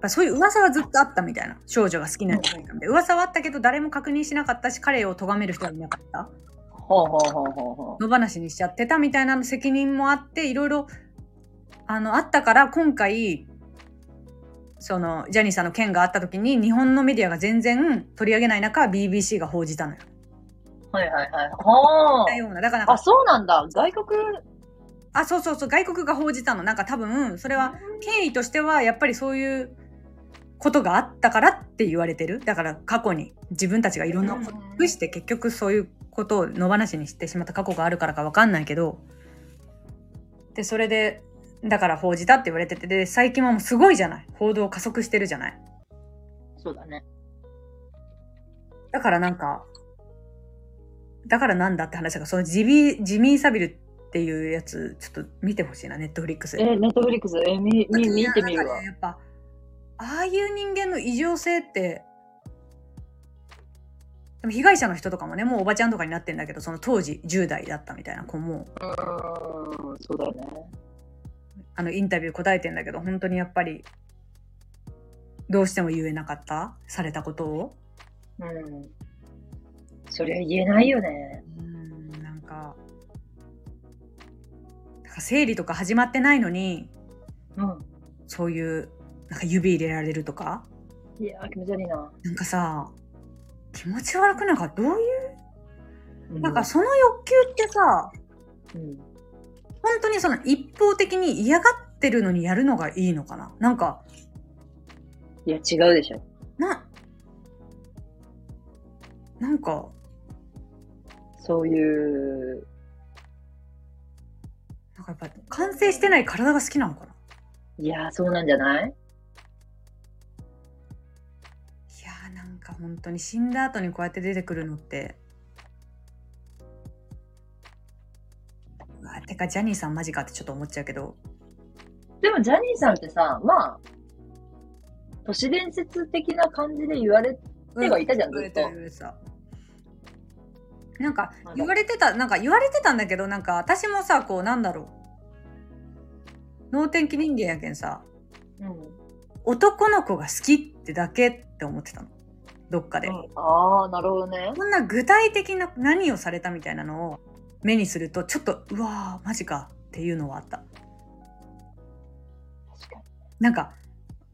ぱそういう噂はずっとあったみたいな。少女が好きなんじゃないかみたいな。噂はあったけど、誰も確認しなかったし、彼を咎める人はいなかった。
ほうほうほうほうほ
野放しにしちゃってたみたいな責任もあって、いろいろ、あの、あったから、今回、その、ジャニーさんの件があった時に、日本のメディアが全然取り上げない中、BBC が報じたのよ。
う。はいはいはい。ほ
だような。だからなん
う。あ、
か、
そうなんだ。外国。
あ、そうそうそう、外国が報じたの。なんか多分、それは、経緯としてはやっぱりそういうことがあったからって言われてるだから過去に自分たちがいろんなことを隠して結局そういうことを野放しにしてしまった過去があるからかわかんないけどでそれでだから報じたって言われててで最近はもうすごいじゃない報道加速してるじゃない
そうだね。
だからなんかだからなんだって話だからそのジビジミー・サビルっていうやつちょっと見てほしいなネットフリックス
え
で。
ネットフリックス、えみ、み、見てみる
なんか
わ
ね。やっぱ、ああいう人間の異常性って、でも被害者の人とかもね、もうおばちゃんとかになってんだけど、その当時10代だったみたいな子も、
うん、そうだよね。
あのインタビュー答えてんだけど、本当にやっぱり、どうしても言えなかったされたことを。
うん。そりゃ言えないよね。
うん、なんか、だから生理とか始まってないのに、
うん。
そういう、なんか指入れられるとか、
いやー、気持ち悪いな。
なんかさ、気持ち悪くなんかどういう、
うん
なんかその欲求ってさ、
うん。
本当にその一方的に嫌がってるのにやるのがいいのかななんか、
いや、違うでしょ。
な、なんか、
そういう、
なんかやっぱり完成してない体が好きなのかない
やー、そうなんじゃな
い
い
やーなんか本当に死んだ後にこうやって出てくるのって。うわてかジャニーさんマジかってちょっと思っちゃうけど。
でも、ジャニーさんってさ、まあ、都市伝説的な感じで言われてはいたじゃん、
言わ
ず
れ
ってと
た。言われてたなんか
まだ
言われてた、なんか言われてたんだけど、なんか私もさ、こうなんだろう。能天気人間やけんさ、
うん。
男の子が好きってだけって思ってたの。どっかで。
ああ、なるほどね。
こんな具体的な何をされたみたいなのを目にするとちょっとうわーマジかっていうのはあった
確かに。
なんか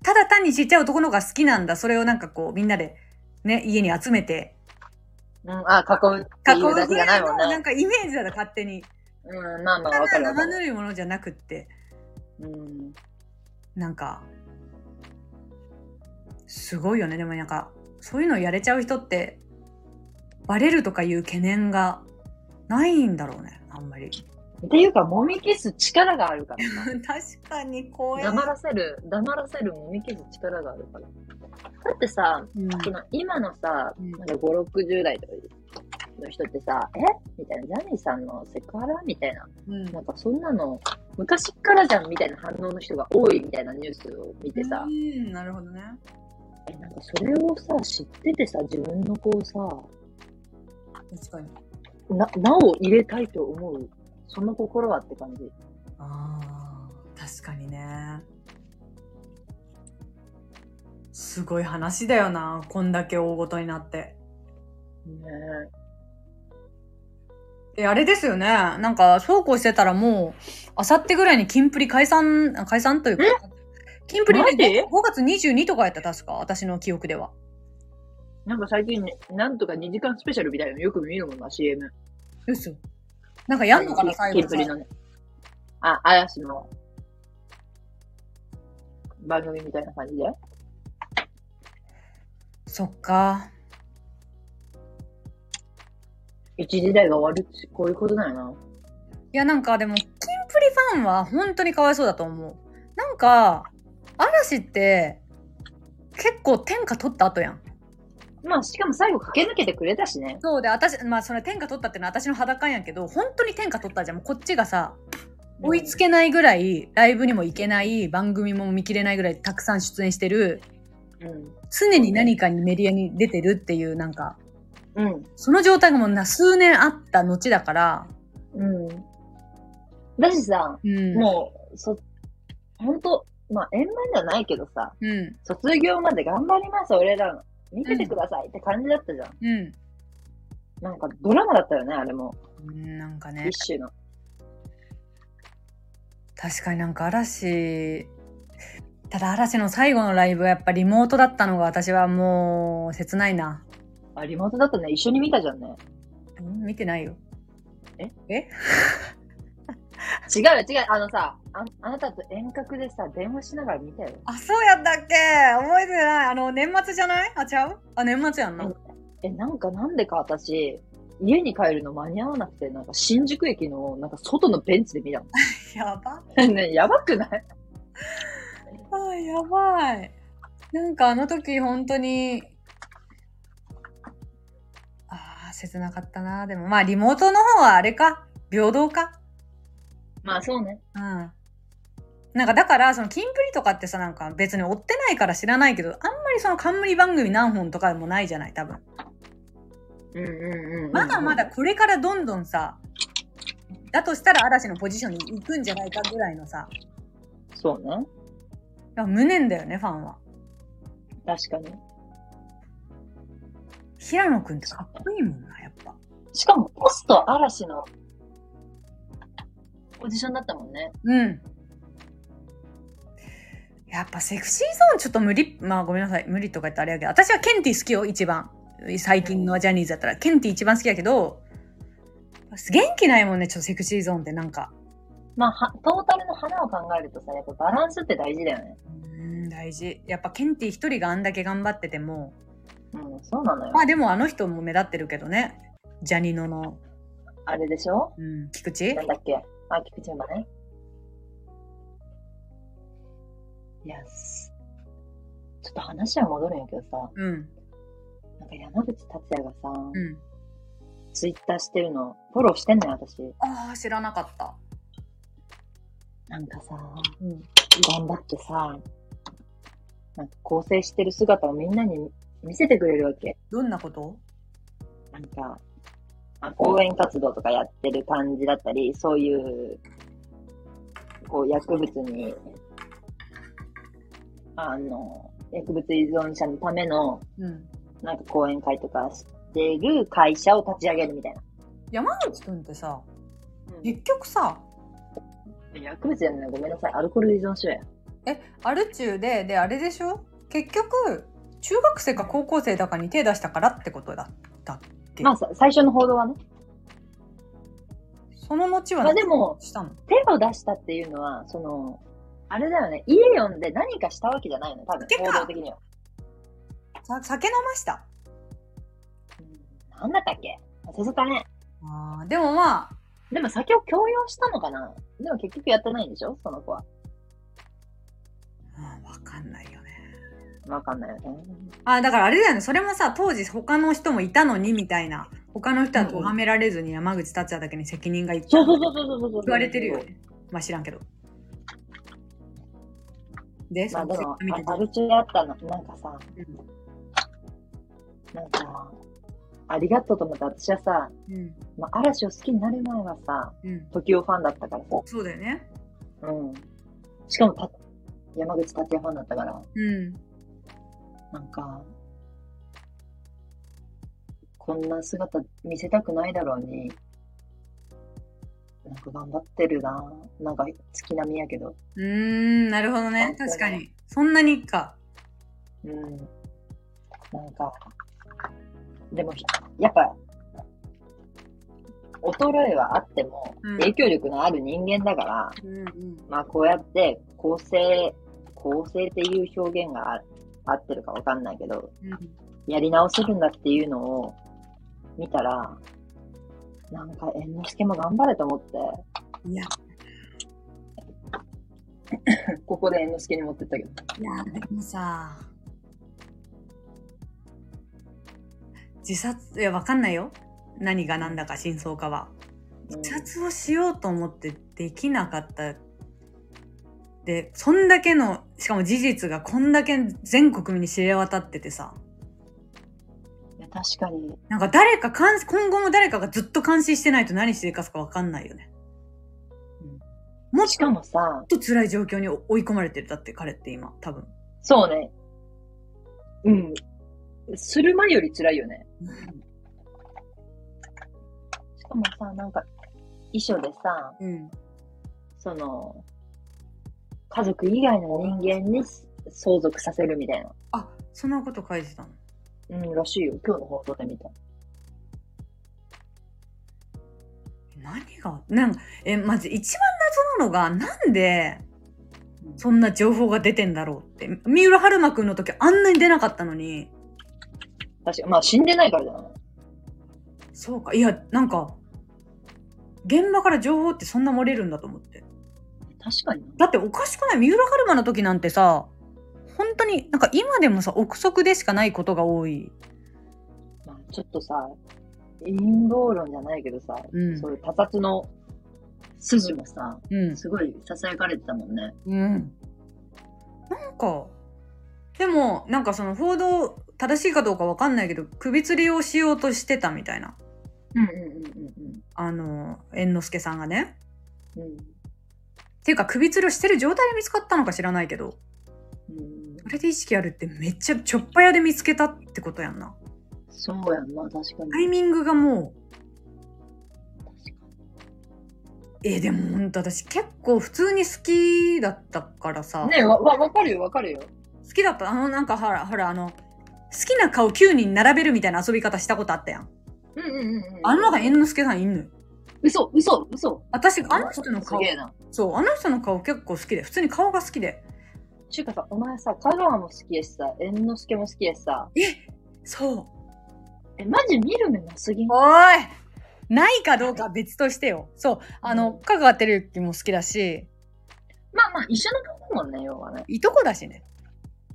ただ単にちっちゃい男の子が好きなんだそれをなんかこうみんなでね家に集めて
うん、あー、囲うって
囲
いう
う
だけ
ぐ
じゃ
ら
ないいも
の
ん
なん
ね。
かイメージだと勝手に
うん、まあまあ、わかるわか
生ぬ
る。
るいものじゃなくって
うん。
なんかすごいよねでもなんかそういうのやれちゃう人ってバレるとかいう懸念がないんだろうねあんまり
っていうか、揉み消す力があるからさ。
確かに怖
黙らせる、黙らせる、揉み消す力があるから。だってさ、
うん
その今のさ、
うん
なんか5、60代とかの人ってさ、えみたいな、ジャニーさんのセクハラみたいな、
うん
なんかそんなの、昔っからじゃんみたいな反応の人が多いみたいなニュースを見てさ
う、ん、なるほどね。
えなんかそれをさ、知っててさ、自分の子をさ、
確かに。
な、なお入れたいと思う、その心はって感じ。
ああ、確かにね。すごい話だよな、こんだけ大ごとになって。
ね
え、あれですよね。なんか、そうこうしてたらもう、あさってぐらいにキンプリ解散、あ解散というか、キンプリ
マジ
ね、5月22とかやった、確か。私の記憶では。
なんか最近、ね、なんとか2時間スペシャルみたいなのよく見るもんな、CM。
ですよ。なんかやんのかな、
キ
最後
キンプリのね。あ、嵐の番組みたいな感じで。
そっか。
一時代が終わるって、こういうことだよな。
いや、なんかでも、キンプリファンは本当にかわいそうだと思う。なんか、嵐って、結構天下取った後やん。
まあ、しかも最後駆け抜けてくれたしね。
そうで、私、まあ、それ天下取ったってのは私の裸やんけど、本当に天下取ったじゃん。もうこっちがさ、追いつけないぐらい、ライブにも行けない、番組も見切れないぐらいたくさん出演してる、
うん。
常に何かにメディアに出てるっていう、なんか、
うん。
その状態がもうな数年あった後だから、
うん。だしさ、
うん。
もう、そ、ほんと、まあ、円満じゃないけどさ、
う、うん、
卒業まで頑張ります、俺らの。見ててくださいって感じだったじゃん。
うん
なんかドラマだったよね、あれも。
うん。なんかね。
一種の。
確かになんか嵐ただ嵐の最後のライブはやっぱリモートだったのが私はもう切ないな
あ、リモートだったね。一緒に見たじゃんね。
うん見てないよ
え
え
違うよ違う。あのさあ、あなたと遠隔でさ、電話しながら見たよ。
あそうやったっけ覚えてないあの年末じゃないあちゃうあ年末やんな
え、なんかなんでか私、家に帰るの間に合わなくて、なんか新宿駅の、なんか外のベンチで見た
やば
の。 ね、やばくない
あやばいなんかあの時本当にあー切なかったなでもまあリモートの方はあれか平等か
まあそうね。
うんなんかだから、その、キンプリとかってさ、なんか別に追ってないから知らないけど、あんまりその冠番組何本とかでもないじゃない、多分。
うんうんうん。
まだまだ。これからどんどんさ、だとしたら嵐のポジションに行くんじゃないかぐらいのさ、
そうね。
いや無念だよね、ファンは。
確かに。
平野くんってかっこいいもんな、やっぱ。
しかも、ポスト嵐のポジションだったもんね。
うん。やっぱセクシーゾーンちょっと無理、まあごめんなさい、無理とか言ってあれやけど、私はケンティ好きよ、一番。最近のジャニーズだったら、ケンティ一番好きやけど、元気ないもんね、ちょっとセクシーゾーンってなんか。
まあ、はトータルの花を考えるとさ、やっぱバランスって大事だよね。
うん、大事。やっぱケンティ一人があんだけ頑張ってても、
うん、そうなのよ
ま。あでもあの人も目立ってるけどね、ジャニノの、
あれでしょ
うん、菊池
なんだっけあ、菊池馬ね。いや、すちょっと話は戻るんやけどさ、
うん、
なんか山口達也がさ、
うん。
ツイッターしてるの、フォローしてんのよ、私。
ああ、知らなかった。
なんかさ、
うん
頑張ってさ、なんか構成してる姿をみんなに見せてくれるわけ。
どんなこと
なんか、あ講演活動とかやってる感じだったり、そういう、こう、薬物に、あの、薬物依存者のための、
うん。
なんか講演会とかしてる会社を立ち上げるみたいな。
山口くんってさ、結局さ、
薬物じゃない、ごめんなさい。アルコール依存症や。
えアル中でであれでしょ結局中学生か高校生だかに手出したからってことだった
まあ、さ最初の報道はね、
その後は
まあでも
したの
手を出したっていうのは、その、あれだよね、イエオンで何かしたわけじゃないよね、多分、
てか
報道的には。
さ酒飲ました
うんなんだったっけ忘れたね。
あーでもまあ
でも酒を強要したのかなでも結局やってないんでしょその子は。
うんわかんないよね
わかんないよね。
あーだからあれだよねそれもさ当時他の人もいたのにみたいな他の人は咎められずに山口達也だけに責任がいっ
そうそうそうそうそうそう。
言われてるよねまあ知らんけどで
ま
そ
あ
の
でも
見て、
あ
た
アル中だったの、なんかさ、
うん
なんか、ありがとうと思って私はさ、
うん
まあ、嵐を好きになる前はさ、
うん
時をファンだったからさ。
そうだよね
うん。しかもた、山口達也ファンだったから。
うん
なんか、こんな姿見せたくないだろうに、なんか頑張ってるな。なんか月並みやけど。
うーん、なるほどね。
あ
確かに。そんなにか。
うん。なんか、でもひ、やっぱ、衰えはあっても
うん、
影響力のある人間だから、
うんうん。
まあこうやって構成、構成っていう表現があ合ってるかわかんないけど、やり直せるんだっていうのを見たら、なんか猿之助も頑張れと思っ
いや、
て、ここで猿之助に持ってったけど。
いや、でもさ、自殺、いや、わかんないよ。何が何だか真相かは。
うん
自殺をしようと思ってできなかった。で、そんだけの、しかも事実がこんだけ全国民に知れ渡っててさ、
いや確かに、
なんか誰か監視、今後も誰かがずっと監視してないと何していかすかわかんないよね。も
しかもさ、
ちょっと辛い状況に追い込まれてる。だって彼って今、多分。
そうね。うん。する前より辛いよね。しかもさ、なんか、遺書でさ、
うん。
その、家族以外の人間に相続させるみたいな。
あ、そんなこと書いてたの。
うん、らしいよ。今日の放送で見た。
何がなんか、え、まず一番謎なのが、なんで、そんな情報が出てんだろうって。三浦春馬くんの時あんなに出なかったのに、
確か、まあ死んでないからじゃない
そうか、いや、なんか、現場から情報ってそんな漏れるんだと思って。
確かにな。
だっておかしくない三浦春馬の時なんてさ、本当に、なんか今でもさ、憶測でしかないことが多い。
まあ、ちょっとさ、陰謀論じゃないけどさ、
うん
そういう他殺の筋もさ、
うん。
すごい囁かれてたもんね。
うん。なんか、でも、なんかその報道、正しいかどうかわかんないけど、首吊りをしようとしてたみたいな。
うんうんうん
あの、猿之助さんがね。
うんうん。
っていうか、首吊りをしてる状態で見つかったのか知らないけど、
うん、
それで意識あるってめっちゃちょっぱやで見つけたってことやんな。
そうやんな、確か
タイ
に。
ミングがもう、
確かに
えー、でもほんと私結構普通に好きだったからさ。
ねえ、わ、わわかるよ、わかるよ。
好きだった。あの、なんかほら、ほら、あの、好きな顔9人並べるみたいな遊び方したことあったやん。
うんうんうんうん。
あの中に猿之助さんいんのよ。
嘘、嘘、嘘。
私、あの人の
す
顔
げ、えな。
そう、あの人の顔結構好きで、普通に顔が好きで。
ちゅうかさ、お前さ、香川も好きやしさ、猿之助も好きやしさ、
そう。
え、マジ見る目なすぎん
おいないかどうか別としてよ。そう、あの、
うん
香川照之も好きだし、
まあまあ、一緒の顔だもんね、要はね。
いとこだしね。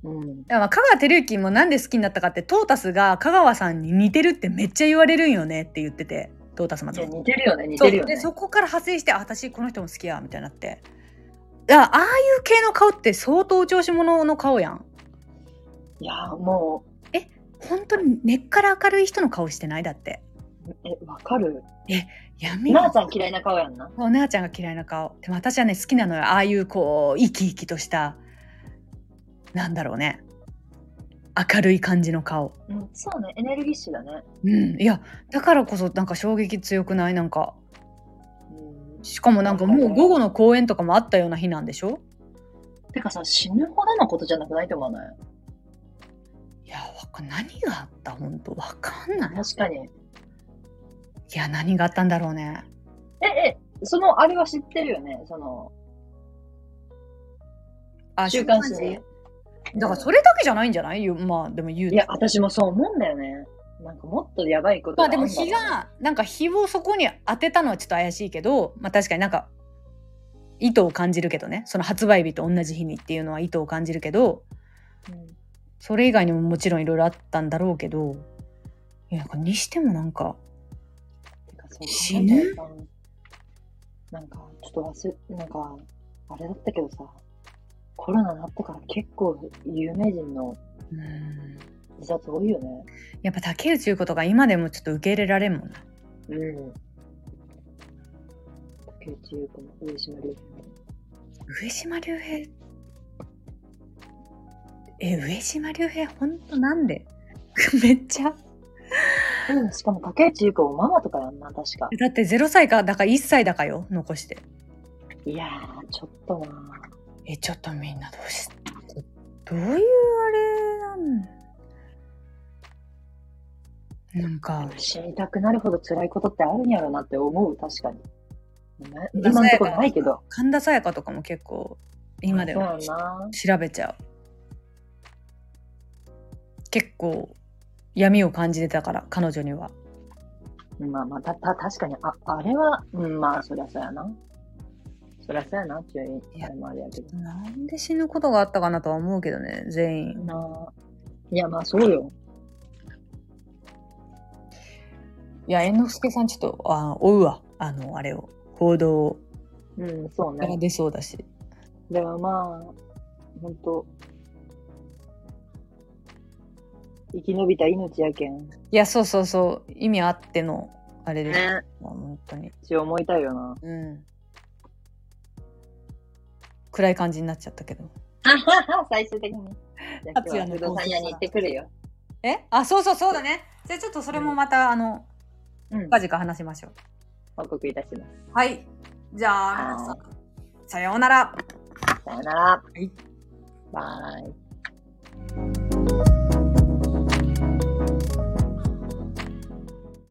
うん。
だから香川照之もなんで好きになったかって、トータスが香川さんに似てるってめっちゃ言われるんよねって言ってて、トータス松
いや
本
似てるよね、似てるよ
そう
ね。
でそこから派生してあ私この人も好きやみたいになってだからああいう系の顔って相当お調子者の顔やん
いや、も
本当に根っから明るい人の顔してないだって
う、え、わかる
闇
なあ
が
ちゃん嫌いな顔やんな。
おなあちゃんが嫌いな顔でも私はね好きなのよああいうこう生き生きとしたなんだろうね明るい感じの顔
うん、そうね、エネルギッシュだね。
うんいやだからこそなんか衝撃強くないなんか
うん。
しかもなんかもう午後の公演とかもあったような日なんでしょ
てかさ、死ぬほどのことじゃなくないと思わない
いやわかん何があった本当わかんない
確かに。
いや、何があったんだろうね。
え、え、その、あれは知ってるよね、その、
あ
週刊誌ね。
だからそれだけじゃないんじゃないよまあ、でも言う
い
と
や、私もそう思うんだよね。なんかもっとやばいこと
まあ
る
で
んだ
も
ろう
日
ね
が、なんか日をそこに当てたのはちょっと怪しいけど、まあ確かになんか、意図を感じるけどね。その発売日と同じ日にっていうのは意図を感じるけど、
うん
それ以外にももちろんいろいろあったんだろうけど、いや、なんかにしてもなんか、
てかそう
死
考え
ぬ
たらなんか、ちょっと忘れ、なんか、あれだったけどさ、コロナになってから結構有名人の
うーん。
自殺多いよね。
やっぱ竹内優子とか今でもちょっと受け入れられんもんな。
うん。竹内優子も上島竜兵も。
上島竜兵え上島竜兵ほんとなんで めっちゃ
うん、しかも竹内優子もママとかやんな、確か。
だって0歳かだから1歳だかよ残して
いやー、ちょっとなー
えちょっとみんなどうしどういうあれなんなんか
死にたくなるほど辛いことってあるんやろなって思う、確かに。な
まあ
今のところないけど。
神田沙也加とかも結構今で
そうや
は
んな。
調べちゃう結構闇を感じてたから彼女には
まあまあ、た、た、確かに、あ、あれは、うん、まあ、そりゃそうやな。そりゃそうやな、っていう
いや
あれもあれやけど。
なんで死ぬことがあったかなとは思うけどね全員
なあ。いや、まあ、そうよ。
いや、猿之助さん、ちょっと、あ追うわ。あの、あれを。報道
うん、そう
が
ね。
出そうだし。
でもまあ、ほんと、生き延びた命やけん。
いや、そうそうそう。意味あっての、あれです。
ね。
まあ本当に。
一応思いたいよな。
うん。暗い感じになっちゃったけど。
最終的に。じゃあ今日は不動産屋に行ってくるよ。
えあ、そうそうそうだね。じゃあちょっとそれもまた、あの、
うん。
近々話しましょう。
報告いたします。
はい。じゃあ、皆さん、さようなら。
さよなら。
い
バイ。